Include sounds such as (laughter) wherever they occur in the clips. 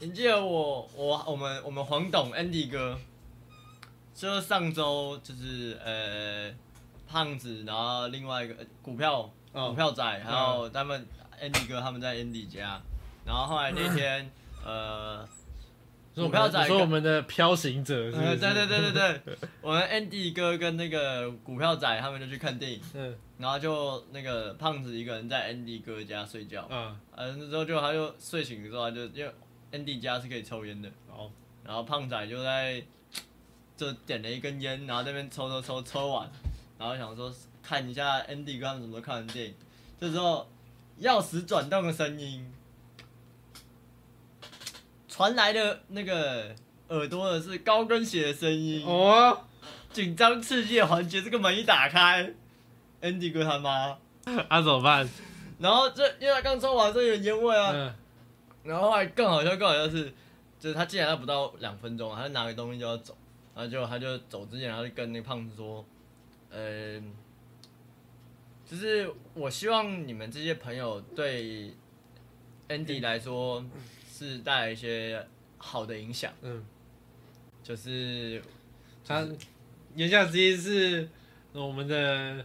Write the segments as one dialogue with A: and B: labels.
A: 你记得我我我们我们黄董 Andy 哥，就是上周就是呃胖子，然后另外一个呃股票
B: 哦
A: 股票仔，还有他们 Andy 哥他们在 Andy 家，然后后来那天呃
C: 说我
A: 股票
C: 们
A: 仔
C: 的说我们的飘行者是不
A: 呃
C: 是，
A: 对对对对
C: (laughs)
A: 对，我们 Andy 哥跟那个股票仔他们就去看电影，
C: 嗯
A: 然后就那个胖子一个人在 Andy 哥家睡觉，
C: 啊，
A: 呃那之后就他就睡醒之后他就因为 Andy 家是可以抽烟的。
C: 好，
A: 然后胖仔就在就点了一根烟，然后在那边抽抽抽抽完，然后想说看一下 Andy 哥他们什么时候看完电影，这时候钥匙转动的声音传来的那个耳朵的是高跟鞋的声音，
C: 哦，
A: 紧张刺激的环节，这个门一打开，Andy 哥他妈，
C: 啊怎么办？
A: 然后这因为他刚抽完，这有烟味啊，
C: 嗯，
A: 然后后来更好笑，更好笑是，就是他进来他不到两分钟，他就拿个东西就要走，然后就他就走之前，他就跟那个胖子说，呃，就是我希望你们这些朋友对 Andy 来说是带来一些好的影响，
C: 嗯，
A: 就是
C: 他言下之意是我们的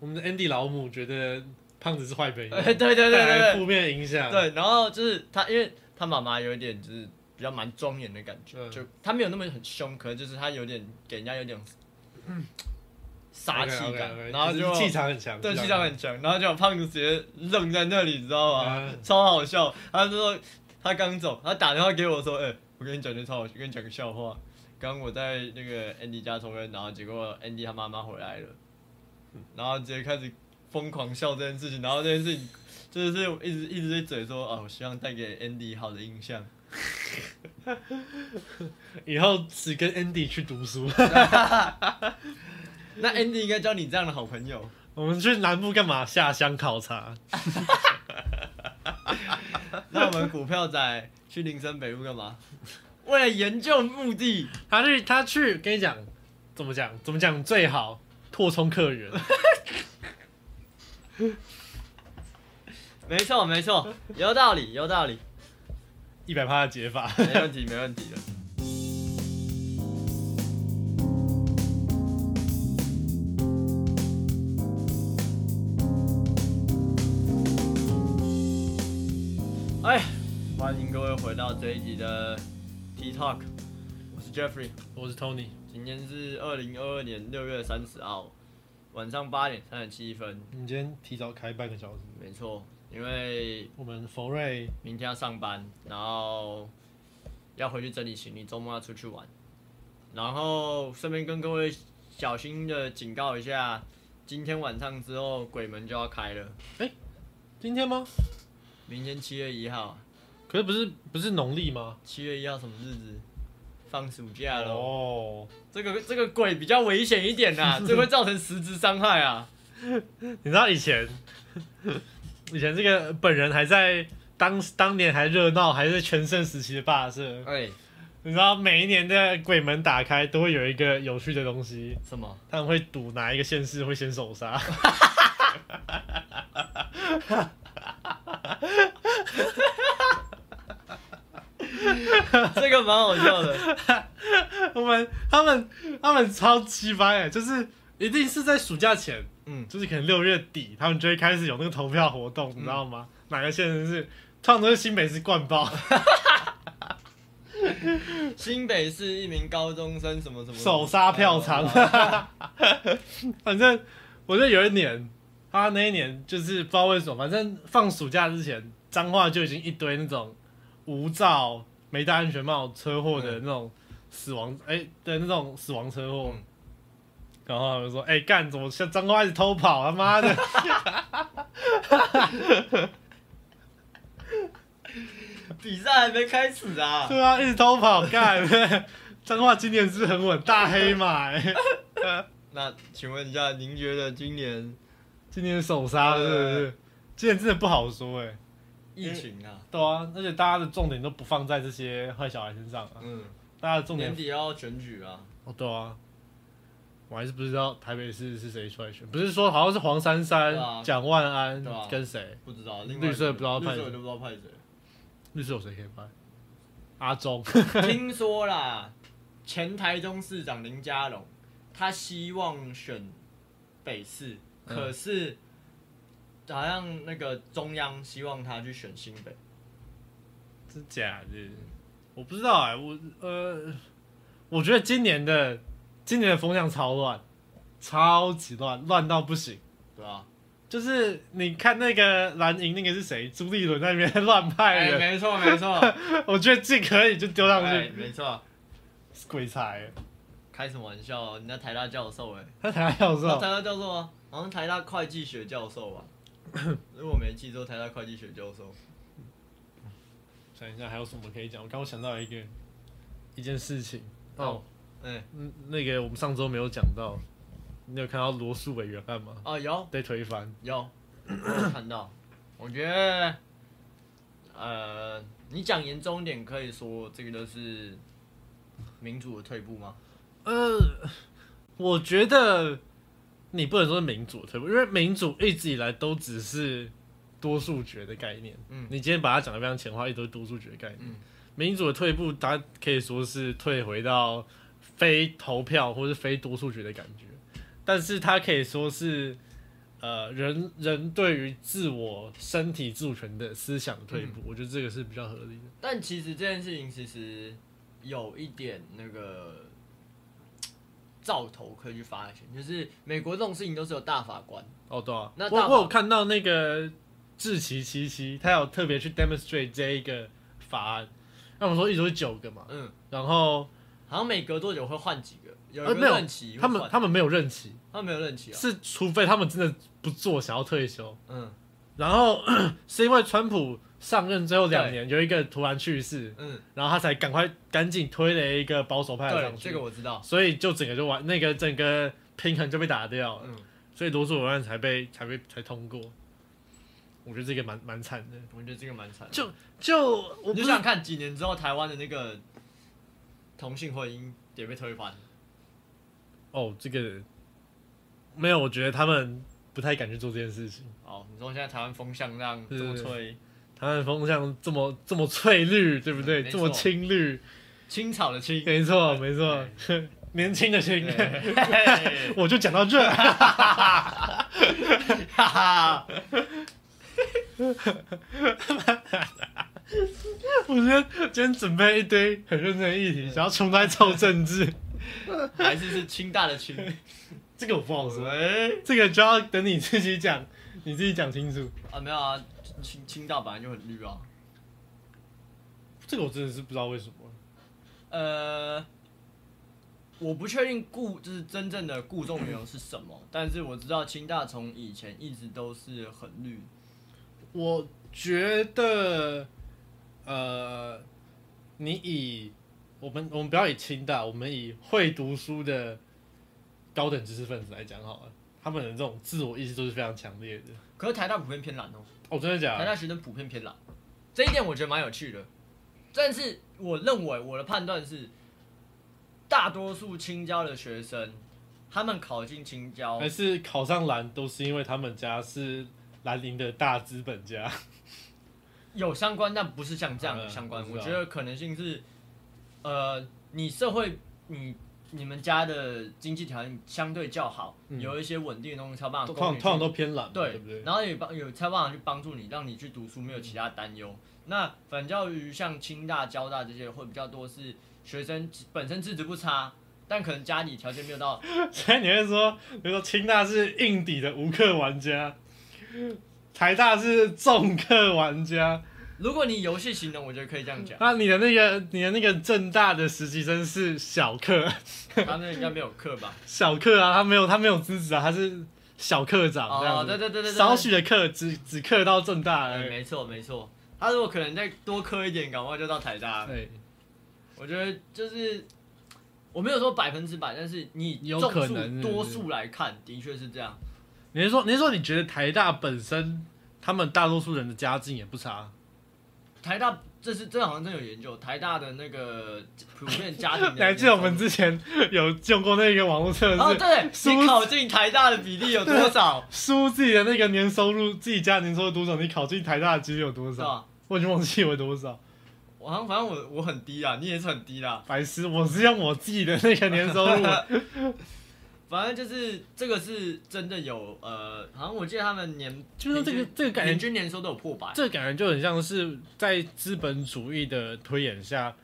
C: 我们的 Andy 老母觉得胖子是坏朋友，
A: 哎 (laughs) (laughs) 对对对对
C: 带来
A: 对
C: 负面影响，
A: 对，然后就是他，因为他妈妈有一点就是比较蛮庄严的感觉，
C: 嗯
A: 就他没有那么很凶，可能就是他有点给人家有点杀气感
C: 嗯 OK，OK，OK，
A: 然后
C: 是
A: 就
C: 气场很强，
A: 对，气场很强，然后就把胖子直接愣在那里，你知道吗？
C: 嗯
A: 超好笑。他就说他刚走，他打电话给我说：“哎、我跟你讲件超好笑，跟你讲个笑话。刚我在那个 Andy 家抽烟，然后结果 Andy 他妈妈回来了，然后直接开始疯狂笑这件事情，然后这件事情就是一直一直在嘴说啊，我希望带给 Andy 好的印象。
C: 以后只跟 Andy 去读书。 (laughs)
A: 那 Andy 应该交你这样的好朋友。
C: 我们去南部干嘛？下乡考察。
A: 那我们股票仔去林森北路干嘛？为了研究目的。”
C: 他去，他去，跟你讲，怎么讲？怎么讲最好？扩充
A: (laughs)
C: 客源。
A: 没错，没错，有道理，有道理，
C: 一百趴的解法。
A: 没问题，没 (laughs) 问题的。哎，欢迎各位回到这一集的 T Talk，我是 Jeffrey，
C: 我是 Tony，
A: 今天是二零二二年六月三十号晚上八点三十七分，
C: 你今天提早开半个小时。
A: 没错，因为
C: 我们佛瑞
A: 明天要上班，然后要回去整理行李，周末要出去玩。然后顺便跟各位小心的警告一下，今天晚上之后鬼门就要开了，
C: 今天吗？
A: 明天七月一号，
C: 可是不是不是农历吗？
A: 七月一号什么日子？放暑假喽。
C: 哦，
A: 这个这个鬼比较危险一点
C: (laughs)
A: 呐、这会造成实质伤害啊。
C: 你知道以前， (laughs) 以前这个本人还在当当年还热闹，还是全盛时期的霸社。
A: 哎，
C: 你知道每一年的鬼门打开都会有一个有趣的东西，
A: 什么？ (laughs)
C: 他们会赌哪一个县市会先首杀。
A: 这个蛮好笑的。
C: 我们他们他们超鸡掰哎，就是一定是在暑假前，
A: 嗯
C: 就是可能六月底，他们就会开始有那个投票活动，你知道吗？哪个县市是，通常都是新北市灌爆 (laughs)
A: 新北市一名高中生什么什么哎
C: 首杀票仓，反正我就有一年，他那一年就是不知道为什么，反正放暑假之前，彰化就已经一堆那种无照、没戴安全帽、车祸的那种死亡，哎、对，那种死亡车祸。
A: 嗯
C: 然后他们说：“哎、干，怎么像彰化一直偷跑？他
A: (laughs)
C: 妈的！
A: 比赛还没开始
C: (laughs)
A: 啊。
C: 对啊，一直偷跑，干！ (laughs) 彰化今年是很稳，大黑马、哎
A: 那请问一下，您觉得今年
C: (laughs) 今年首杀了是不是？今年真的不好说、哎。”
A: 疫情啊，
C: 对啊，而且大家的重点都不放在这些坏小孩身上啊，
A: 嗯，
C: 大家的重点
A: 年底要选举啊，
C: 哦，对啊，我还是不知道台北市是谁出来选，不是说好像是黄珊珊
A: 对啊、
C: 蒋、万安、
A: 对啊
C: 跟谁？
A: 不知道。
C: 绿色不知道
A: 绿
C: 派 (laughs)
A: 色我就不知道派谁。
C: 绿色有谁可以拍？阿中，
A: 听说啦，前台中市长林佳龙，他希望选北市，
C: 嗯
A: 可是好像那个中央希望他去选新北。
C: 真假的？我不知道哎、我呃，我觉得今年的今年的风向超乱，超级乱，乱到不行。
A: 对啊，
C: 就是你看那个蓝营那个是谁，朱立伦在那边乱派
A: 哎，
C: 人，
A: 没错没
C: (laughs)
A: 错，
C: 我觉得尽可以就丢上
A: 哎，
C: 去，
A: 没错，
C: 鬼才欸，
A: 开什么玩笑？人家台大教授哎、
C: 他台下教
A: 那
C: 授
A: 台大教授啊，好像台大会计学教授
C: (coughs)
A: 吧，如果我没记错，台大会计学教授。
C: 想一下还有什么可以讲？我刚刚想到一个一件事情
A: 哦
C: 哦，
A: 哎、
C: 嗯，那个我们上周没有讲到，你有看到罗素伟原案吗？
A: 哦，有
C: 被推翻，
A: 有，我有看到。我觉得，呃，你讲严重一点，可以说这个就是民主的退步吗？
C: 呃，我觉得你不能说是民主推步，因为民主一直以来都只是多数决的概念。
A: 嗯
C: 你今天把它讲的非常前话，一堆多数决的概念。
A: 嗯
C: 民主的退步，它可以说是退回到非投票或是非多数决的感觉，但是它可以说是。呃，人人对于自我身体自主权的思想的退
A: 嗯
C: 步，我觉得这个是比较合理的。
A: 但其实这件事情其实有一点那个兆头可以去发现，就是美国这种事情都是有大法官。
C: 哦，对啊，
A: 那
C: 我
A: 大法
C: 我有看到那个志奇七七，他有特别去 demonstrate 这一个法案。那我们说一组是九个嘛，
A: 嗯，
C: 然后
A: 好像每隔多久会换几个，有
C: 呃
A: 一
C: 没有
A: 个任期会
C: 他
A: 换、
C: 们他们没有任期，
A: 他们没有任期啊。
C: 是除非他们真的不做，想要退休。
A: 嗯
C: 然后 (clears throat) 是因为川普上任之后两年有一个突然去世，
A: 嗯，
C: 然后他才赶快赶紧推了一个保守派的
A: 对
C: 上，去，
A: 这个我知道。
C: 所以就整个就完那个整个平衡就被打掉了，
A: 嗯，
C: 所以罗素文案才被才被才通过。我觉得这个蛮蛮惨的。
A: 我觉得这个蛮惨的。
C: 就我
A: 你
C: 不
A: 就是想看几年之后台湾的那个同性婚姻也被推翻，
C: 哦，这个没有，我觉得他们不太敢去做这件事情。
A: 哦，你说现在台湾风向让这
C: 是
A: 么吹，
C: 他们风向这么这么翠绿，对不对？
A: 没
C: 这
A: 错
C: 么青绿，
A: 青草的 (laughs) 青，
C: 没错没错，年轻的青，
A: 对
C: 我就讲到这。
A: 哈哈，
C: 我今天今天准备一堆很认真的议题，想要重来凑政治，
A: 还是是清大的清，
C: 这个我不好说，哎
A: 喂，
C: 这个就要等你自己讲，你自己讲清楚。
A: 啊没有啊，清清大本来就很绿啊，
C: 这个我真的是不知道为什么。
A: 呃，我不确定顾就是真正的顾众理由是什么，但是我知道清大从以前一直都是很绿，
C: 我觉得，呃，你以我们我们不要以清大，我们以会读书的高等知识分子来讲好了，他们的这种自我意识都是非常强烈的。
A: 可是台大普遍偏蓝哦。
C: 哦，真的假
A: 台
C: 的？
A: 大学生普遍偏懒，这一点我觉得蛮有趣的。但是我认为我的判断是，大多数青椒的学生，他们考进青椒
C: 还，是考上蓝都是因为他们家是蓝营的大资本家？
A: 有相关，但不是像这样的
C: 嗯
A: 相关。
C: 我知
A: 我
C: 道
A: 觉得可能性是，呃，你社会你你们家的经济条件相对较好，
C: 嗯
A: 有一些稳定的东西，才有办法
C: 通
A: 供
C: 常
A: 你
C: 通
A: 去
C: 常啊都偏蓝嘛，
A: 对，
C: 对不对？
A: 然后也帮有才有办法去帮助你，让你去读书，没有其他担忧。那反教于像清大、交大这些会比较多是学生本身资质不差，但可能家里条件没有到，
C: 所以你会说，比如说清大是硬底的无氪玩家，台大是重氪玩家。
A: 如果你游戏型的，我觉得可以这样
C: (laughs)
A: 讲，
C: 那你的那个你的那个正大的实习生是小克，
A: 他那应该没有课
C: (laughs)
A: 吧？
C: 小克啊，他没有他没有资质啊，他是小课长这样
A: 哦，
C: 子，
A: 对对对对对，
C: 少许的课只只课到正大
A: 哎，
C: 而已。
A: 没错没错。他如果可能再多科一点，搞不好就到台大了。
C: 啊对，
A: 我觉得就是我没有说百分之百，但是你
C: 有
A: 众
C: 可
A: 数
C: 能是
A: 多
C: 不是
A: 数来看，的确是这样。
C: 你是说你是说你觉得台大本身他们大多数人的家境也不差？
A: 台大这是这好像真有研究，台大的那个普遍家庭
C: (laughs) 你还记得我们之前有用过那个网络测
A: 哦
C: 试，
A: 对，
C: 书
A: 你考进台大的比例有多少？
C: (laughs) 输自己的那个年收入，自己家年收入多少，你考进台大的几率有多
A: 是
C: 少？
A: 吧？
C: 我已经忘记有多少。
A: 我好像反正我我很低啊啦，你也是很低啦，
C: 白痴，我是用我自己的那个年收
A: (laughs)
C: 入，
A: 反正就是这个是真的有呃，好像我记得他们年
C: 就是这个
A: 平均
C: 这个感觉
A: 平均年收都有破百，
C: 这个感觉就很像是在资本主义的推演下，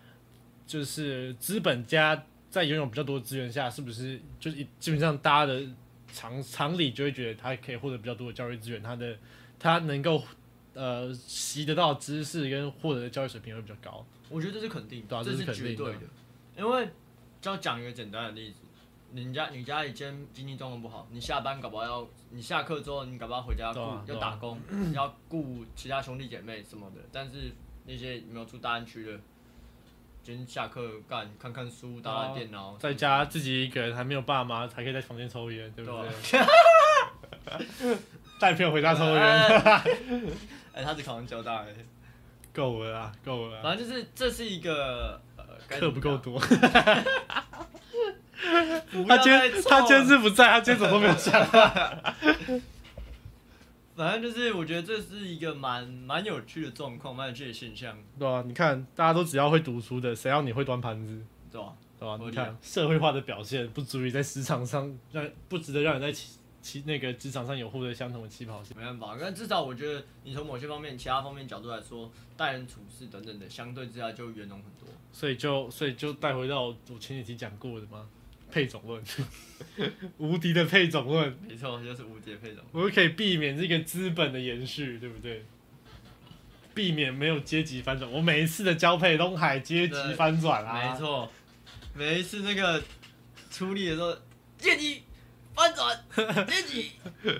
C: 就是资本家在拥有比较多资源下，是不是就是一基本上大家的常常理就会觉得他可以获得比较多的教育资源，他的他能够呃习得到的知识跟获得的教育水平会比较高。
A: 我觉得这是肯定，
C: 对啊
A: 这
C: 这是肯定
A: 绝对的。因为就要讲一个简单的例子，你家你家里今天经济状况不好，你下班搞不好要，你下课之后你搞不好回家要顾、
C: 对啊
A: 要
C: 对啊
A: 打工，要顾其他兄弟姐妹什么的。但是那些没有住大安区的，今天下课干看看书，打打电脑，
C: 啊在家自己一个人还没有爸妈，还可以在房间抽烟，对
A: 对啊
C: 不
A: 吧
C: 对？？ (laughs) 带朋友回家抽烟， (laughs)
A: 哎，他只考上交大而已，
C: 够了啊，够了啊，
A: 反正就是这是一个呃，该怎
C: 课
A: 么
C: 不够
A: 讲，
C: 多。
A: 不
C: 他
A: 要
C: 今
A: 再
C: 天
A: 凑
C: 他今
A: 了
C: 天是不在，他今天怎么都没有下来。
A: 反正就是我觉得这是一个蛮蛮有趣的状况，蛮有趣的现象，
C: 对啊，你看，大家都只要会读书的，谁要你会端盘子，
A: 对吧？
C: 对吧、
A: 合
C: 你
A: 理啊
C: 看社会化的表现不足以在职场上让不值得让人在起起那个职场上有获得相同的起跑线。
A: 没办法，但至少我觉得你从某些方面、其他方面角度来说，待人处事等等的，相对之下就圆融很多。
C: 所以就所以就带回到我前几期讲过的嘛，配种论， (laughs) 无敌的配种论，
A: 没错，就是无解配种。
C: 我们可以避免这个资本的延续，对不对？避免没有阶级翻转，我每一次的交配东海阶级
A: 对
C: 翻转啊，
A: 没错，每一次那个出力的时候，阶级翻转，阶级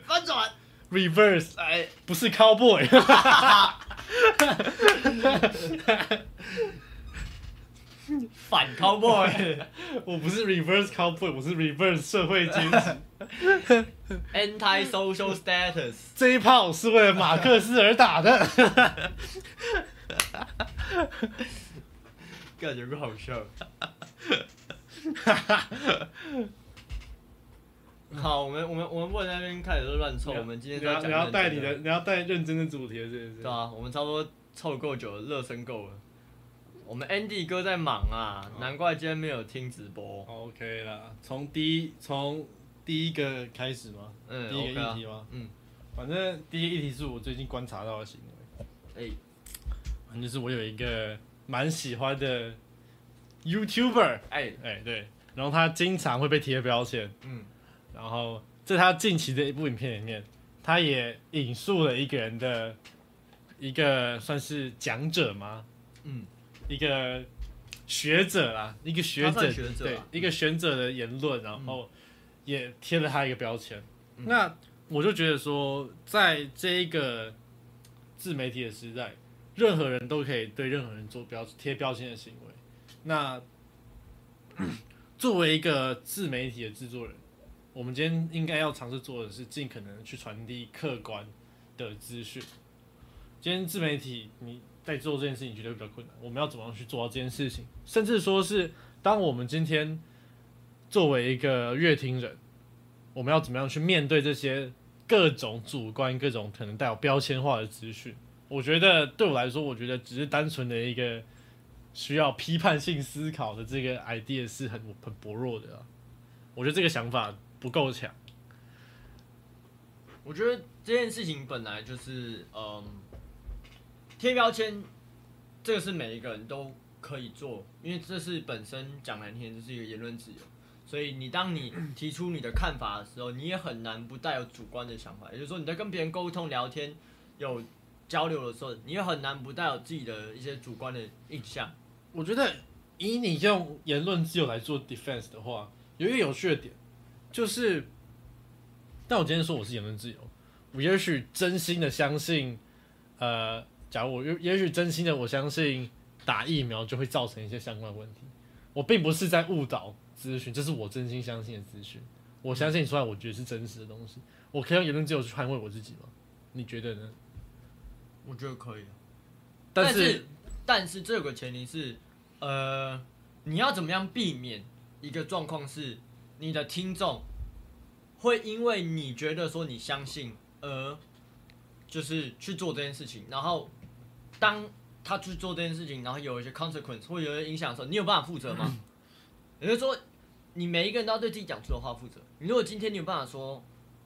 A: 翻转，
C: reverse
A: (laughs) 哎，
C: 不是 cowboy。
A: 反 (laughs) cowboy，
C: (laughs) 我不是 reverse cowboy，我是 reverse 社会阶级。
A: anti social status。
C: (laughs) 这一炮是为了马克思而
A: (laughs)
C: 打的。
A: 感觉个好
C: (laughs)
A: 笑。好，我们我们我们不能在那边开始乱凑，我们今天
C: 你
A: 在
C: 要
A: 讲
C: 你要
A: 认真
C: 带你的，，你要带认真的主题了，是不是？
A: 对啊，我们差不多凑够久了，热身够了。我们 Andy 哥在忙啊，
C: 哦
A: 难怪今天没有听直播。
C: OK 啦，从第一从第一个开始吗？
A: 嗯
C: 第一
A: OK
C: 个
A: 啊
C: 议题吗？
A: 嗯，
C: 反正第一个议题是我最近观察到的行为，
A: 哎，
C: 反正就是我有一个蛮喜欢的 YouTuber，
A: 哎，
C: 哎、对，然后他经常会被贴标签，
A: 嗯，
C: 然后在他近期的一部影片里面，他也引述了一个人的一个算是讲者吗？
A: 嗯，
C: 一个学者啦，一个学
A: 他
C: 者，
A: 算学者
C: 对
A: 啊，
C: 一个学者的言论，然后也贴了他一个标签。
A: 嗯
C: 那我就觉得说，在这一个自媒体的时代，任何人都可以对任何人做标贴标签的行为。那作为一个自媒体的制作人，我们今天应该要尝试做的是尽可能去传递客观的呃资讯。今天自媒体你在做这件事情绝对比较困难，我们要怎么样去做到这件事情？甚至说是当我们今天作为一个乐听人，我们要怎么样去面对这些各种主观、各种可能带有标签化的资讯？我觉得对我来说，我觉得只是单纯的一个需要批判性思考的这个 idea 是很很薄弱的、啊。我觉得这个想法不够强。
A: 我觉得这件事情本来就是，嗯，贴标签，这个是每一个人都可以做，因为这是本身讲难听点就是一个言论自由，所以你当你提出你的看法的时候，你也很难不带有主观的想法，也就是说你在跟别人沟通聊天有交流的时候，你也很难不带有自己的一些主观的印象。
C: 我觉得以你用言论自由来做 defense 的话，有一个有趣的点，就是，但我今天说我是言论自由，我也许真心的相信，呃，假如我也也许真心的我相信打疫苗就会造成一些相关的问题，我并不是在误导资讯，这是我真心相信的资讯，我相信出来我觉得是真实的东西，我可以用言论自由去捍卫我自己吗？你觉得呢？
A: 我觉得可以啊，
C: 但
A: 但是但是这有个前提是，呃，你要怎么样避免一个状况是你的听众会因为你觉得说你相信而就是去做这件事情，然后当他去做这件事情，然后有一些 consequence 或有一些影响的时候，你有办法负责吗？也就是说，你每一个人都要对自己讲出的话负责。你如果今天你有办法说，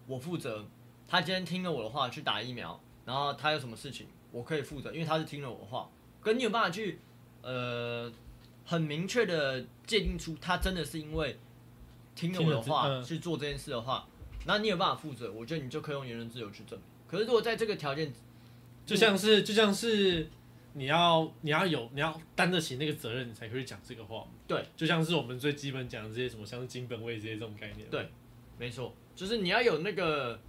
A: 我负责，他今天听了我的话去打疫苗，然后他有什么事情我可以负责，因为他是听了我的话。可你有办法去呃很明确的界定出他真的是因为听了我的
C: 听
A: 话
C: 了这嗯
A: 去做这件事的话，那你有办法负责，我觉得你就可以用言论自由去证明。可是如果在这个条件
C: 就像是就像是你要你要有你要担得起那个责任，你才可以讲这个话。
A: 对，
C: 就像是我们最基本讲的这些什么，像是金本位这些这种概念。
A: 对没错，就是你要有那个，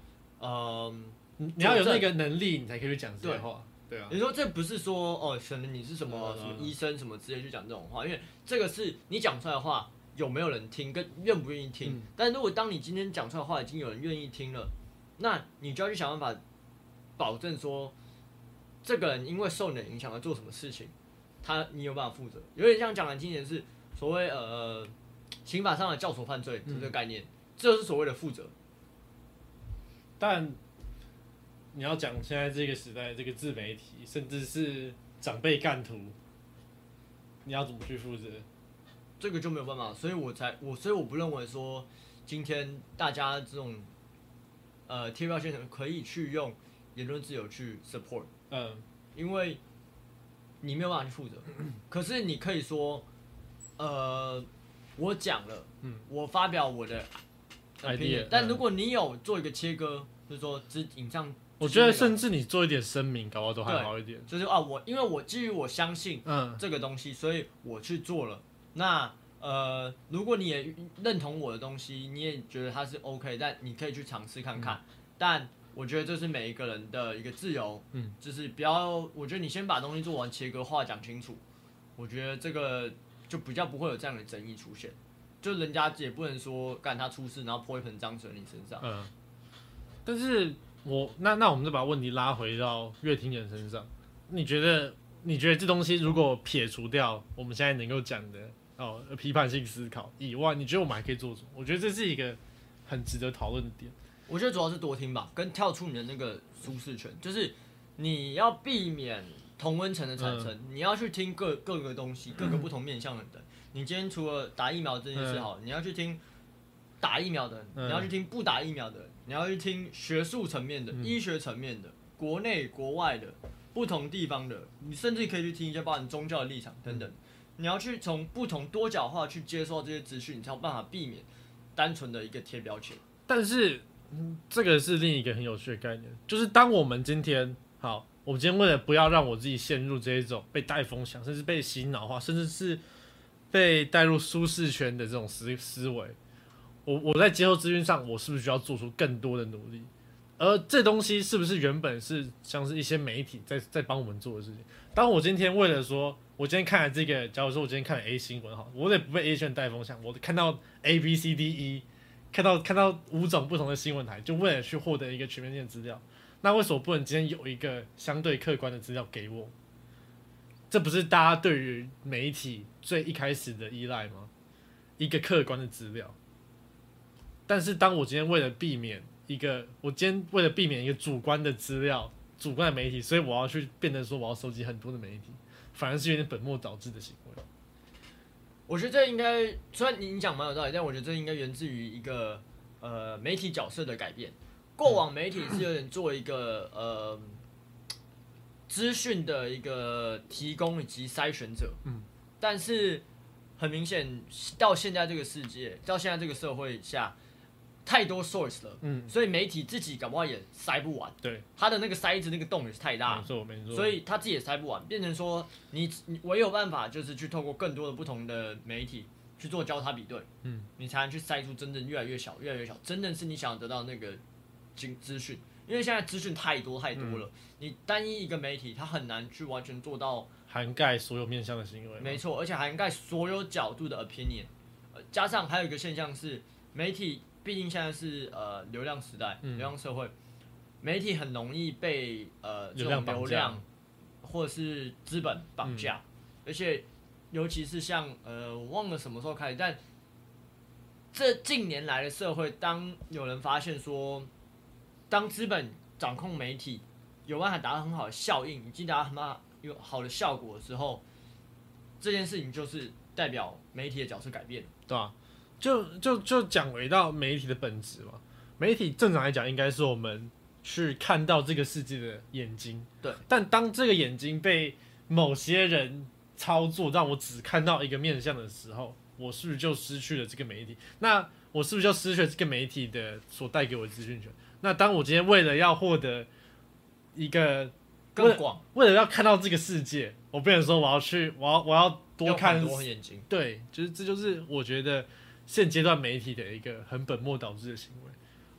A: 嗯，
C: 你你要有那个能力，你才可以去讲这些话。对啊，
A: 你说这不是说哦，可能你是什么
C: 嗯
A: 什么医生什么之类去讲这种话，因为这个是你讲出来的话有没有人听，跟愿不愿意听。
C: 嗯
A: 但如果当你今天讲出来的话已经有人愿意听了，那你就要去想办法保证说，这个人因为受你的影响而做什么事情，他你有办法负责。有点像讲难听点是所谓呃刑法上的教唆犯罪就这个概念，这就是所谓的负责。
C: 但你要讲现在这个时代，这个自媒体，甚至是长辈干图，你要怎么去负责？
A: 这个就没有办法，所以我才我所以我不认为说今天大家这种呃贴标签的可以去用言论自由去 support，
C: 嗯，
A: 因为你没有办法去负责，可是你可以说呃我讲了，
C: 嗯，
A: 我发表我的
C: Idea，
A: opinion，
C: 嗯
A: 但如果你有做一个切割，就是说只影像，
C: 我觉
A: 只
C: 得
A: 内
C: 甚至你做一点声明，搞不好都还好一点
A: 容。就是啊我因为我基于我相信。
C: 嗯，
A: 这个东西，所以我去做了。那呃，如果你也认同我的东西，你也觉得它是 OK，但你可以去尝试看看。但我觉得这是每一个人的一个自由，
C: 嗯，
A: 就是不要，我觉得你先把东西做完，切割话讲清楚。我觉得这个就比较不会有这样的争议出现，就人家也不能说干他出事，然后泼一盆脏水在你身上。
C: 嗯，但是我那那我们就把问题拉回到乐听人身上。你觉得你觉得这东西如果撇除掉我们现在能够讲的哦批判性思考以外，你觉得我们还可以做什么？我觉得这是一个很值得讨论的点。
A: 我觉得主要是多听吧，跟跳出你的那个舒适圈，就是你要避免同温层的产
C: 嗯
A: 生，你要去听各各个东西、各个不同面向的人。你今天除了打疫苗这件事
C: 嗯
A: 好了，你要去听打疫苗的人，
C: 嗯嗯
A: 你要去听不打疫苗的人，你要去听学术层面的、医学层面的、国内国外的、不同地方的，你甚至可以去听一些包含宗教的立场等
C: 嗯
A: 等。你要去从不同多角化去接受这些资讯，你才有办法避免单纯的一个贴标签。
C: 但是、嗯这个是另一个很有趣的概念，就是当我们今天好，我们今天为了不要让我自己陷入这一种被带风向，甚至被洗脑化，甚至是被带入舒适圈的这种思思维，我我在接受资讯上，我是不是需要做出更多的努力？而这东西是不是原本是像是一些媒体在在帮我们做的事情？当我今天为了说，我今天看了这个，假如说我今天看了 A 新闻哈，我也不被 A 圈带风向，我看到 A B C D E，看到看到五种不同的新闻台，就为了去获得一个全面性的资料。那为什么不能今天有一个相对客观的资料给我？这不是大家对于媒体最一开始的依赖吗？一个客观的资料。但是当我今天为了避免一个，我今天为了避免一个主观的资料、主观的媒体，所以我要去变成说我要收集很多的媒体，反而是有点本末倒置的行为。
A: 我觉得这应该虽然你你讲蛮有道理，但我觉得这应该源自于一个呃媒体角色的改变。过往媒体是有点做一个呃资讯的一个提供以及筛选者，
C: 嗯，
A: 但是很明显到现在这个世界，到现在这个社会下，太多 source 了，
C: 嗯，
A: 所以媒体自己搞不好也筛不完，
C: 对，
A: 它的那个筛子那个洞也是太大了
C: 没，错，没错。
A: 啊所以他自己也塞不完，变成说你你唯有办法就是去透过更多的不同的媒体去做交叉比对，
C: 嗯，
A: 你才能去筛出真正越来越小、越来越小，真正是你想得到那个资资讯，因为现在资讯太多太多了，你单一一个媒体它很难去完全做到
C: 涵盖所有面向的行为。
A: 没错，而且涵盖所有角度的 opinion，、呃、加上还有一个现象是，媒体毕竟现在是呃流量时代、
C: 嗯
A: 流量社会，媒体很容易被呃这种
C: 流量绑嗯
A: 流量或者是资本绑架，而且尤其是像呃我忘了什么时候开始，但这近年来的社会，当有人发现说，当资本掌控媒体，有办法达到很好的效应，以及达到很好有好的效果的时候，这件事情就是代表媒体的角色改变了。
C: 对吧、就就就讲回到媒体的本质嘛。媒体正常来讲，应该是我们去看到这个世界的眼睛。
A: 对。
C: 但当这个眼睛被某些人操作，让我只看到一个面相的时候，我是不是就失去了这个媒体？那我是不是就失去了这个媒体的所带给我的资讯权？那当我今天为了要获得一个为
A: 更
C: 了
A: 广，
C: 为了要看到这个世界，我不能说我要去，我要我要多
A: 要
C: 看
A: 多眼睛。
C: 对，就是这就是我觉得现阶段媒体的一个很本末倒置的行为。哦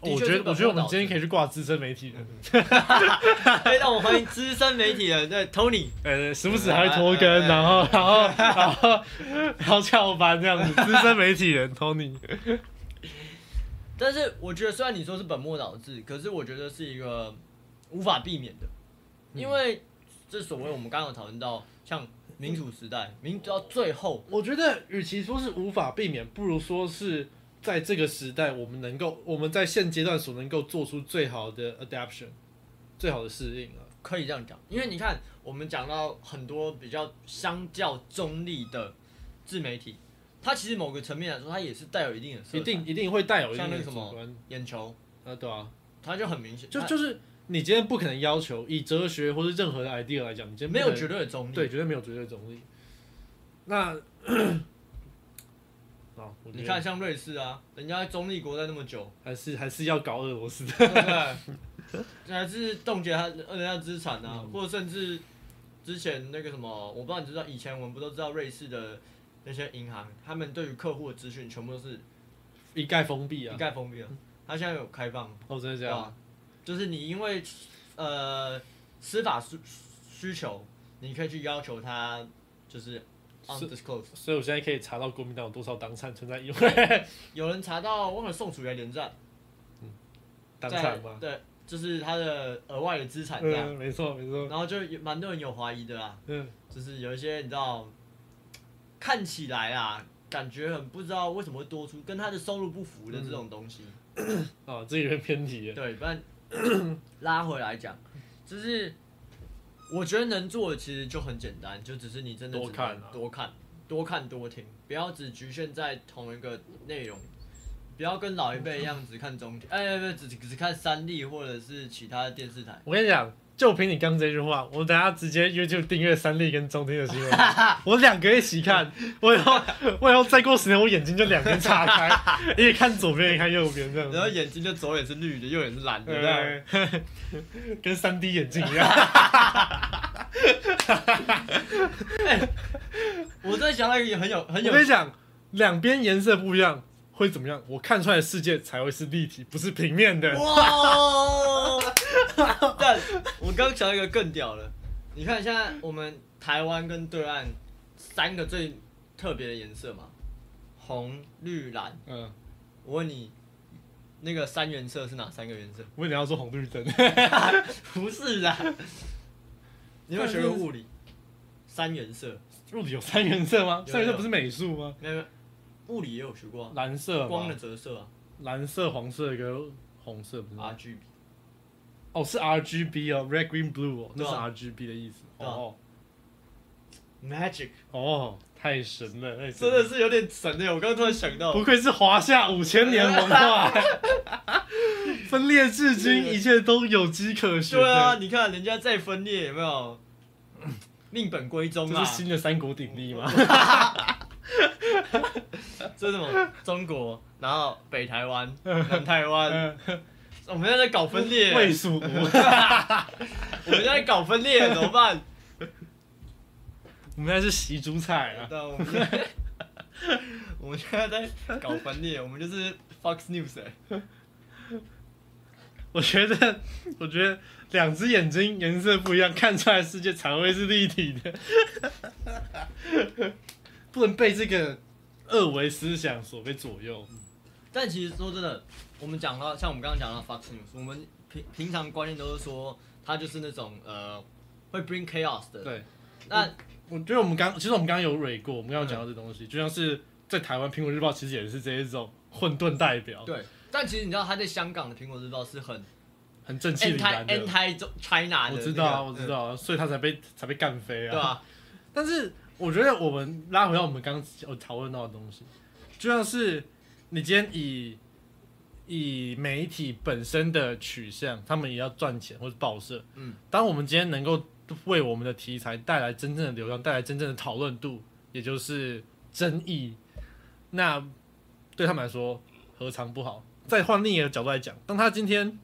A: 的
C: 我
A: 确
C: 觉
A: 是
C: 得，我觉得我们今天可以去挂资深媒体人，
A: 所以让我们欢迎资深媒体 (laughs) 人对 Tony，
C: 呃，时不时还会拖更，然后，然后，然后，然后翘班这样子。资深媒体人 Tony，
A: 但是我觉得虽然你说是本末倒置，可是我觉得是一个无法避免的，因为这所谓我们刚刚有讨论到，像民主时代，民主到最后，
C: (laughs) 我觉得与其说是无法避免，不如说是在这个时代，我们能够我们在现阶段所能够做出最好的 adaption，最好的适应了。
A: 可以这样讲，因为你看，我们讲到很多比较相较中立的自媒体，它其实某个层面来说，它也是带有一定的色彩
C: 一定一定会带有一定
A: 像那
C: 的
A: 个什
C: 主
A: 么
C: 观，
A: 眼球，
C: 啊，对啊。
A: 它就很明显，
C: 就
A: 它
C: 就是你今天不可能要求以哲学或是任何的 idea 来讲，你今天
A: 没有
C: 绝
A: 绝对的中立。
C: 对，绝对没有绝对中立。 (clears throat) 那哦，我觉得
A: 你看像瑞士啊，人家中立国在那么久，
C: 还是还是要搞俄罗斯的，
A: (laughs) 对不对？还是冻结他人家资产啊，
C: 嗯
A: 或者甚至之前那个什么，我不知道你知道，以前我们不都知道瑞士的那些银行，他们对于客户的资讯全部都是
C: 一概封闭
A: 一
C: 啊！
A: 概封闭了，他现在有开放。
C: 哦，真的这
A: 对
C: 样？
A: 啊，就是你因为呃司法需需求，你可以去要求他就是 undisclosed。
C: 哦所以我现在可以查到国民党有多少党产存在议会
A: 有人查到忘了宋楚瑜还连战，
C: (laughs) 党
A: 在
C: 产吗？
A: 对，就是他的额外的资产这样，
C: 嗯，没错没错，
A: 然后就有蛮多人有怀疑的啦，
C: 嗯，
A: 就是有一些你知道看起来啊。感觉很不知道为什么会多出跟他的收入不符的这种东西，
C: 哦，这有点偏题了。
A: 对，不然 (coughs) 拉回来讲，就是我觉得能做的其实就很简单，就只是你真的
C: 多
A: 只能
C: 看啊
A: 多看、多看、多听，不要只局限在同一个内容，不要跟老一辈一样只看中天，哎，不，只只看三立或者是其他的电视台。
C: 我跟你讲，就凭你刚这句话，我等下直接 YouTube 订阅三立跟中天的新闻，我两个一起看。我以后， (laughs) 我以后再过十年，我眼睛就两边岔开，一看左边，一看右边这样
A: 然后
C: 子。
A: 眼睛就左眼是绿的，右眼是
C: 嗯
A: 蓝的，这样
C: 对，跟三 D 眼镜一样。
A: 我真的想到一个很 (laughs) 有很
C: 我
A: 有 (laughs)
C: 跟你讲，两边颜色不一样会怎么样？我看出来的世界才会是立体，不是平面的。
A: (laughs) 哇！但我刚想到一个更屌的，你看现在我们台湾跟对岸三个最特别的颜色嘛，红、绿、蓝。
C: 嗯，
A: 我问你，那个三原色是哪三个颜色？
C: 我以为你要说红绿灯，
A: 不是啦，你有没有学过物理？三原色
C: 物理有三原色吗？
A: 有
C: 三原色不是美术吗？
A: 没有，没有物理也有学过啊、
C: 蓝色嘛
A: 光的折射啊
C: 蓝色、黄色跟红色不是吗？
A: ，RGB。
C: 哦，是 R G B 哦，Red Green Blue 哦，那
A: 对
C: 是
A: 啊
C: R G B 的意思。
A: 对啊
C: 哦
A: Magic
C: 哦，太神了，太神
A: 真
C: 了
A: 的是有点神欸的，我刚刚突然想到，
C: 不愧是华夏五千年文化，分裂至今，一切都有迹可循。
A: 对啊，，你看人家再分裂有没
C: (laughs)
A: 有？命本归宗
C: 这
A: 啊
C: 是，新的三国鼎立吗？
A: 这是什么？中国，然后北台
C: (laughs)
A: 湾、南台湾，我们现在在搞分裂，
C: (laughs) 魏蜀
A: 我
C: 吴，
A: 们现在在搞分裂怎么
C: (laughs)
A: 办？
C: 我们现在是习猪菜啊！
A: 对啊，我们现在 (laughs) 我们现在在搞分裂，我们就是 Fox News 哎、
C: 我觉得，我觉得两只眼睛颜色不一样，看出来的世界才会是立体的。 (laughs) 不能被这个二维思想所被左右。
A: 但其实说真的，我们讲到像我们刚刚讲到 Fox News，我们平平常观念都是说它就是那种呃会 bring chaos 的，
C: 对，
A: 那
C: 我觉得我们刚，其实我们刚刚有蕊过，我们刚刚有
A: 嗯
C: 讲到这东西，就像是在台湾《苹果日报》其实也是这一种混沌代表，
A: 对，但其实你知道他在香港的《苹果日报》是很
C: 很正气
A: N
C: 凛
A: 台
C: 然
A: N
C: 的。
A: 台 China 的那个，
C: 我知道啊，我知
A: 嗯，
C: 道啊，所以他才被才被干飞
A: 对
C: 啊。
A: 吧？
C: 但是我觉得我们拉回到我们刚刚有讨论到的东西，就像是你今天以以媒体本身的取向，他们也要赚钱或者报社。
A: 嗯，
C: 当我们今天能够为我们的题材带来真正的流量，带来真正的讨论度，也就是争议，那对他们来说何尝不好？再换另一个角度来讲，当他今天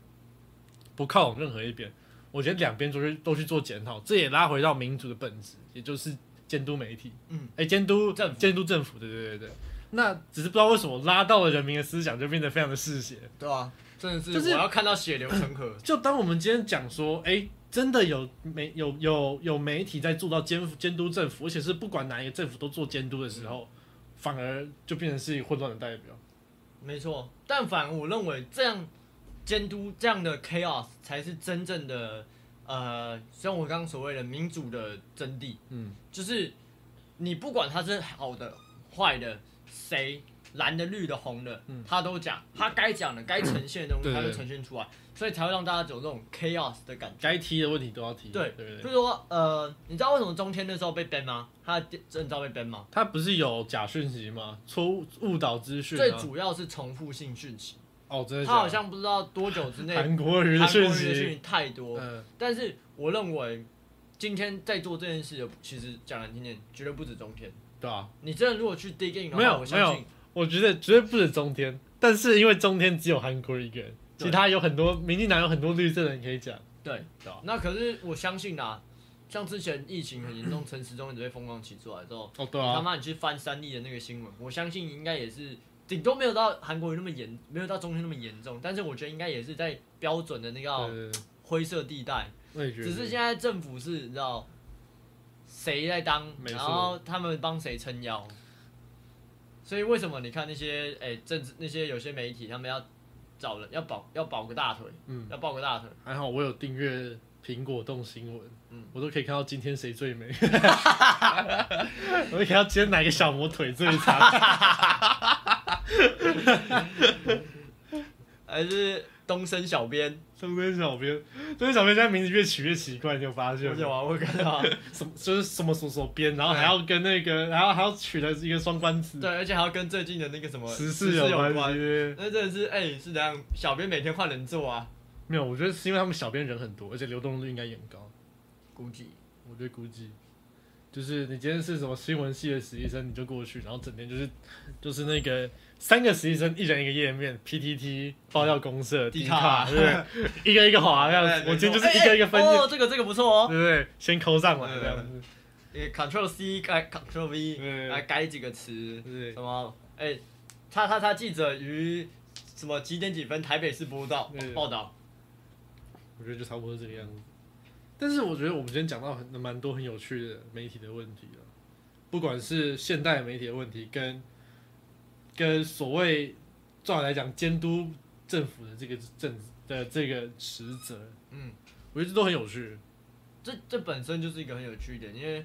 C: 不靠拢任何一边，我觉得两边都去都去做检讨，这也拉回到民主的本质，也就是监督媒体，
A: 嗯，
C: 哎，监督
A: 政府
C: 监督政府，对对对对。那只是不知道为什么拉到了人民的思想，就变得非常的嗜血。
A: 对啊，真的是，
C: 就是。
A: 我要看到血流成河
C: (coughs) 就当我们今天讲说，哎、真的有媒有有有媒体在做到监监督政府，而且是不管哪一个政府都做监督的时候，反而就变成是混乱的代表。
A: 没错，但反我认为这样监督这样的 chaos 才是真正的呃，像我刚刚所谓的民主的真谛，
C: 嗯，
A: 就是你不管他是好的、坏的，谁蓝的、绿的、红的，
C: 嗯
A: 他都讲，他该讲的、该呈现的东西，
C: 对
A: 他
C: 对
A: 就
C: 对
A: 呈现出来，所以才会让大家有这种 chaos 的感觉。
C: 该提的问题都要提。
A: 对
C: 对不
A: 就
C: 对？
A: 是说，呃，你知道为什么中天那时候被 ban 吗？他的证照被 ban 吗？
C: 他不是有假讯息吗？错误误导资讯
A: 最
C: 吗？
A: 主要是重复性讯息，
C: 哦，啊真的假
A: 他
C: 的
A: 好像不知道多久之内，韩
C: 韩国瑜的
A: 国
C: 讯
A: 的讯
C: 息，
A: 息太多。
C: 嗯，
A: 但是我认为，今天在做这件事的，其实讲难听点，绝对不止中天。
C: 对啊，
A: 你真的如果去 dig in 的
C: 没
A: 话，
C: 有
A: 我相
C: 没
A: 信
C: 我觉得绝对不止中天，但是因为中天只有韩国瑜一个人，
A: 对
C: 其他有很多民进党有很多绿色的人可以讲，
A: 对。
C: 对吧？
A: 那可是我相信啊，像之前疫情很严重，陈时中一直被风浪起出来之后，
C: 哦，对
A: 你他
C: 啊，
A: 妈你去翻三立的那个新闻，我相信应该也是顶多没有到韩国瑜那么严，没有到中天那么严重，但是我觉得应该也是在标准的那
C: 对
A: 个
C: 对对，
A: 灰色地带。
C: 我也觉得，
A: 只是现在政府是你知道谁在当，
C: 没错
A: 然后他们帮谁撑腰，所以为什么你看那些哎、政治那些有些媒体他们要找人要保要保个大腿，
C: 嗯，
A: 要抱个大腿，
C: 还好我有订阅苹果动新闻，
A: 嗯
C: 我都可以看到今天谁最美， (laughs) 我可以看到今天哪个小模腿最长，
A: 还是东升小编？
C: 中间小编，中间小编现在名字越取越奇怪，你有发现
A: 我
C: 吗？
A: 有啊，我看到，
C: 什么就是什么什么什么编，然后还要跟那个，然后还要取了一个双关词，
A: 对，而且还要跟最近的那个什么
C: 时
A: 事
C: 事有
A: 有
C: 关系。。
A: 那真的是哎、是怎样？小编每天换人做啊？
C: 没有，我觉得是因为他们小编人很多，而且流动率应该也很高。
A: 估计
C: 我觉得估计就是你今天是什么新闻系的实习生，你就过去，然后整天就是就是那个三个实习生，一人一个页面，PTT 爆料公社、
A: 迪
C: 迪
A: 卡啊
C: 卡，对不
A: (laughs)
C: 对？一个一个划这样
A: 哎
C: 子。我今天就是
A: 哎
C: 一个一个分
A: 哎
C: 页，
A: 哦，这个这个不错哦
C: 对不对？先抠上来
A: 对
C: 这样子，
A: 哎，Ctrl C 改 Ctrl V
C: 对
A: 来改几个词，
C: 对
A: 什么？哎、叉叉叉记者于什么几点几分台北市播报
C: 对
A: 报道？
C: 我觉得就差不多是这个样子。但是我觉得我们今天讲到很蛮多很有趣的媒体的问题了，不管是现代媒体的问题，跟跟所谓照理来讲监督政府的这个政的这个职责，
A: 嗯，
C: 我觉得这都很有趣。
A: 这这本身就是一个很有趣的，因为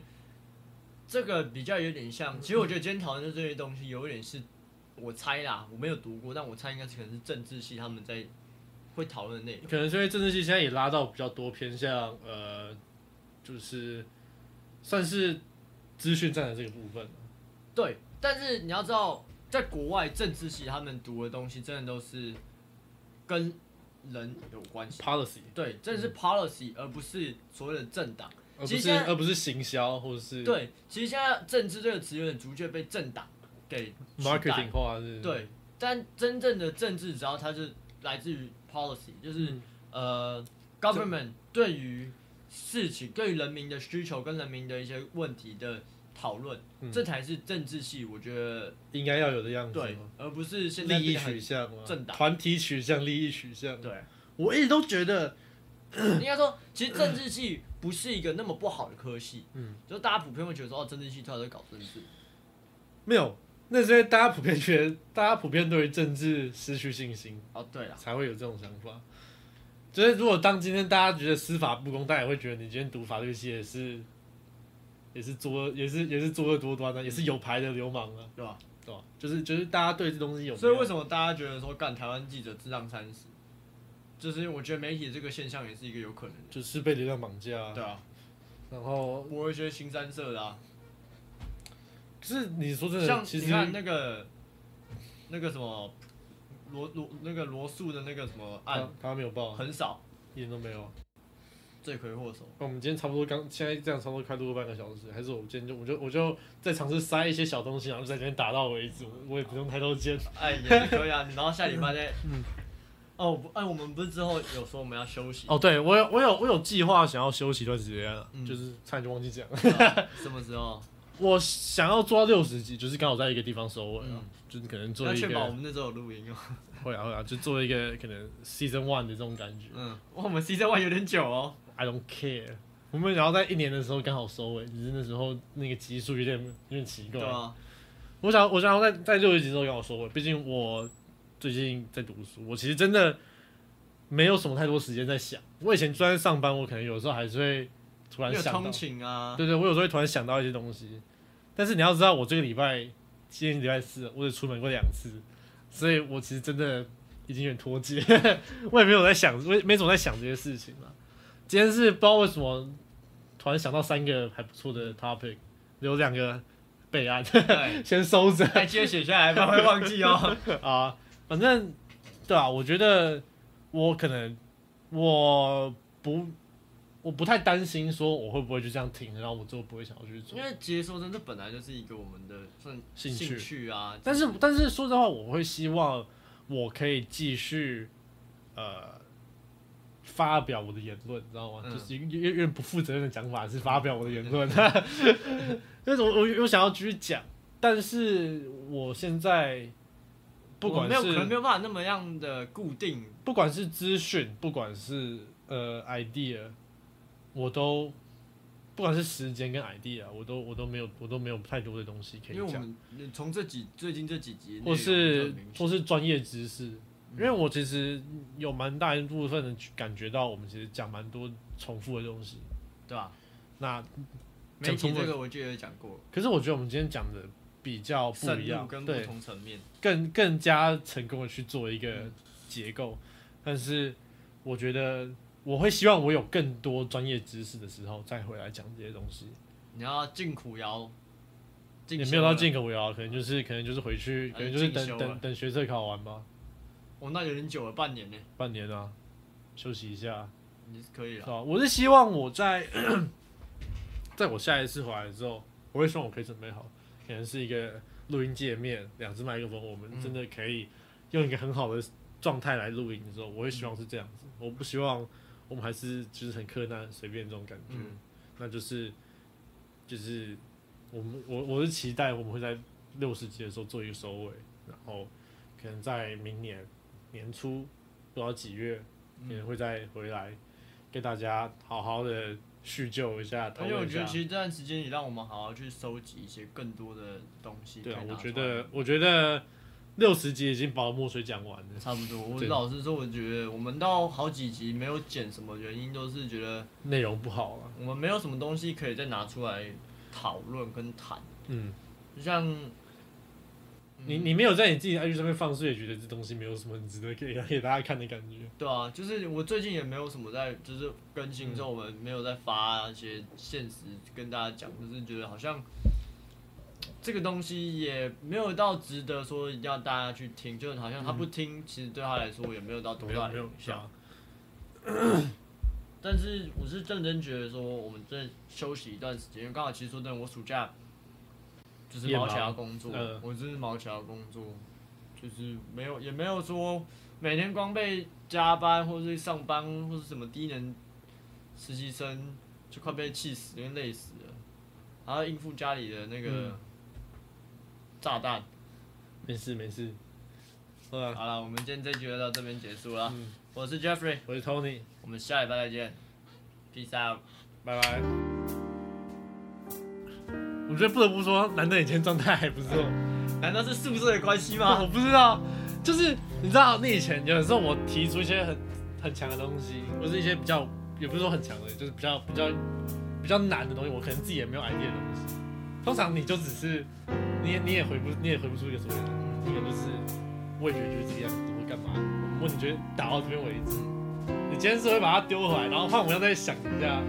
A: 这个比较有点
C: 嗯
A: 像，其实我觉得今天讨论的这些东西有点是，我猜啦，我没有读过，但我猜应该是可能是政治系他们在会讨论的内容。
C: 可能是因为政治系现在也拉到比较多偏向呃，就是算是资讯站的这个部分。
A: 对，但是你要知道，在国外政治系他们读的东西真的都是跟人有关系，
C: policy，
A: 对，这
C: 嗯
A: 是 policy，而不是所谓的政党。
C: 而
A: 其
C: 不
A: 实
C: 是
A: 现在
C: 而不是行销或者是
A: 对，其实现在政治这个词有点逐渐被政党给取代
C: marketing 化是，
A: 对，但真正的政治，只要它是来自于 policy，就是、
C: 嗯
A: 呃 government 对于事情、对于人民的需求跟人民的一些问题的讨论，
C: 嗯
A: 这才是政治系，我觉得
C: 应该要有的样子
A: 对
C: 吗，，
A: 而不是现在
C: 利益
A: 变得很
C: 取向嘛，
A: 政党
C: 团体取向、利益取向。
A: 对。
C: 我一直都觉得，
A: (coughs) 应该说，其实政治系不是一个那么不好的科系，
C: 嗯，
A: 就大家普遍会觉得说，哦，政治系他在搞政治，
C: 没有，那是因为大家普遍觉得，大家普遍对于政治失去信心，
A: 哦，对了，
C: 才会有这种想法。就是如果当今天大家觉得司法不公，大家也会觉得你今天读法律系也是，也是作，也是也是作恶多端的、也是有牌的流氓啊，
A: 对吧？
C: 对吧？就是就是大家对这东西有没有，
A: 所以为什么大家觉得说干台湾记者智障三十？就是我觉得媒体这个现象也是一个有可能的。
C: 就是被流量绑架，
A: 对啊，
C: 然后
A: 我有一些新三色的啊，
C: 可是你说真
A: 像
C: 的，其
A: 你
C: 实
A: 看那个那个什么罗罗那个罗素的那个什么
C: 他
A: 案
C: 他没有报，
A: 很少，
C: 一点都没有。啊
A: 罪魁祸首。
C: 那我们今天差不多刚，现在这样差不多快录了半个小时，还是我们今天就我就我就再尝试塞一些小东西，然后在这边打到为止，我也不用太多间。
A: 哎，也是可以啊。然后下礼拜
C: (laughs)
A: 再，
C: 嗯
A: 哦，不哎，我们不是之后有说我们要休息，
C: 哦，对我有我有我有计划想要休息一段时间啊，
A: 嗯
C: 就是差点就忘记讲，
A: 什么时候？
C: 我想要做到六十集，就是刚好在一个地方收尾啊，
A: 嗯
C: 就是可能做
A: 要
C: 一
A: 确保我
C: 个
A: 们那时候有录音哦。
C: 会啊会啊，就做一个可能 season one 的这种感觉。
A: 嗯，哇，我们 C 三 one 有点久哦。
C: I don't care。我们然后在一年的时候刚好收尾，只是那时候那个集数有点有点奇怪。
A: 对啊，
C: 我想我想要在在六十集的时候刚好收尾，毕竟我最近在读书，我其实真的没有什么太多时间在想。我以前虽然上班，我可能有时候还是会突然
A: 有
C: 想到
A: 通，勤啊，
C: 对对，我有时候会突然想到一些东西。但是你要知道，我这个礼拜今天礼拜四，我只出门过两次，所以我其实真的已经有点脱节， (laughs) 我也没有在想，我也没怎么在想这些事情了。今天是不知道为什么突然想到三个还不错的 topic，有两个备案，
A: 对，
C: (laughs)
A: 哎
C: 先收着。
A: 还记得写下来，不然会忘记
C: (laughs)
A: 哦。
C: 啊，反正对啊，我觉得我可能我不我不太担心说我会不会就这样停，然后我之后不会想要去做
A: 因。为其实说真的，这本来就是一个我们的算
C: 兴趣
A: 兴趣啊，
C: 但是但是说实话，我会希望我可以继续呃发表我的言论，你知道吗？
A: 嗯
C: 就是有有点不负责任的讲法是发表我的言
A: (laughs)
C: 论，但是我我我想要继续讲，但是我现在不
A: 我
C: 管
A: 没
C: 是
A: 有可能没有办法那么样的固定，
C: 不管是资讯，不管是呃 idea，我都不管是时间跟 idea，我都我都没有我都没有太多的东西可
A: 因为
C: 以
A: 我
C: 讲，
A: 们从这几最近这几集内容
C: 或
A: 就
C: 是
A: 很明显，
C: 或是专业知识，因为我其实有蛮大一部分的感觉到我们其实讲蛮多重复的东西。
A: 对吧？
C: 那
A: 媒
C: 讲
A: 体
C: 重
A: 这
C: 复，
A: 个我记得有讲过，
C: 可是我觉得我们今天讲的比较不
A: 深
C: 一
A: 入
C: 样，
A: 跟不
C: 对，
A: 同层面。
C: 更更加成功的去做一个
A: 嗯
C: 结构，但是我觉得我会希望我有更多专业知识的时候再回来讲这些东西，
A: 你要进苦窑，进
C: 也
A: 修
C: 没有到
A: 了
C: 进可为啊，可能就是可能就是回去，
A: 啊
C: 可能就是
A: 进修
C: 等
A: 了
C: 等等学测考完吧，
A: 哦，那有点久了，半年呢，
C: 半年啊，休息一下，
A: 你是可以啊
C: 是
A: 了。
C: 吧？我是希望我在 (coughs) 在我下一次回来之后，我会希望我可以准备好，可能是一个录音界面，两只麦克风，我们真的可以用一个很好的状态来录音的时候，我会希望是这样子，我不希望我们还是就是很困难随便这种感觉，
A: 嗯
C: 那就是就是我们我我是期待我们会在六十集的时候做一个收尾，然后可能在明年年初不知道几月
A: 嗯
C: 可能会再回来跟大家好好的叙旧一下，讨
A: 而且我
C: 论一
A: 觉
C: 下
A: 得，。其实这段时间也让我们好好去收集一些更多的东西。
C: 对啊
A: 可以，拿
C: 我觉
A: 出来
C: 得我觉得六十集已经把我墨水讲完了，
A: 差不多。我
C: 对
A: 老实说，我觉得我们到好几集没有剪，什么原因都是觉得
C: 内容不好了。
A: 我们没有什么东西可以再拿出来讨论跟谈。
C: 嗯，
A: 就像
C: 你
A: 嗯
C: 你没有在你自己的 IG 上面放出，也觉得这东西没有什么很值得给给大家看的感觉。
A: 对啊，就是我最近也没有什么在，就是更
C: 嗯
A: 新之后，我们没有在发一些现实跟大家讲，就是觉得好像这个东西也没有到值得说一定要大家去听，就是好像他不听，其实对他来说也没有到多
C: 嗯没有
A: 大的
C: 没有
A: 影响。
C: 啊
A: 但是我是认真觉得说，我们这休息一段时间，因为刚好其实说真的，我暑假就是
C: 也
A: 忙
C: 忙
A: 起来要工作，
C: 嗯
A: 我真是忙起来要工作，就是没有也没有说每天光被加班或是上班或是什么低能实习生就快被气死，因为累死了，还要应付家里的那个
C: 嗯
A: 炸弹。
C: 没事没事。对啊，
A: 好了，我们今天这集就到这边结束了，
C: 嗯
A: 我是 Jeffrey，
C: 我是 Tony，
A: 我们下礼拜再见，Peace out。
C: 拜拜。我觉得不得不说，男的以前状态还不错。
A: 难道是宿舍的关系
C: 啊我
A: 吗？
C: 不知道，就是你知道，那以前有的时候我提出一些很很强的东西，或是一些比较也不是说很强的，就是比较比较比较难的东西，我可能自己也没有 idea 的东西。通常你就只是你也你也回不你也回不出一个所以然，一个就是我也觉得觉得这个样子或干嘛，我问你觉得打到这边为止，你今天是会把它丢回来，然后换我要再想一下，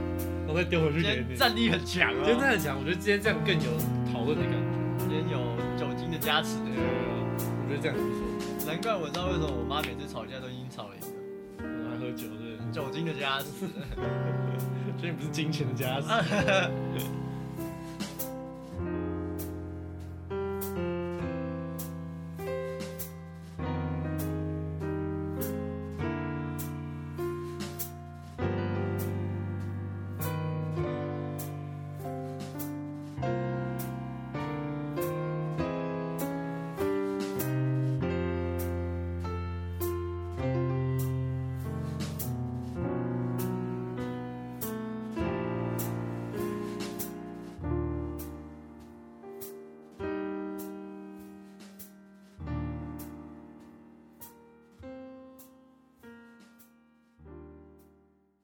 C: 然后再丢回去
A: 今
C: 给
A: 天
C: 你。
A: 战力很强啊，
C: 今天这样讲，我觉得今天这样更有讨论的感觉。
A: 今天有酒精的加持
C: 对啊我觉得这样很不错。
A: 难怪我知道为什么我妈每次吵架都已经吵赢了，
C: 我们还喝酒对不对，
A: 酒精的加持。
C: 所以不是金钱的加持。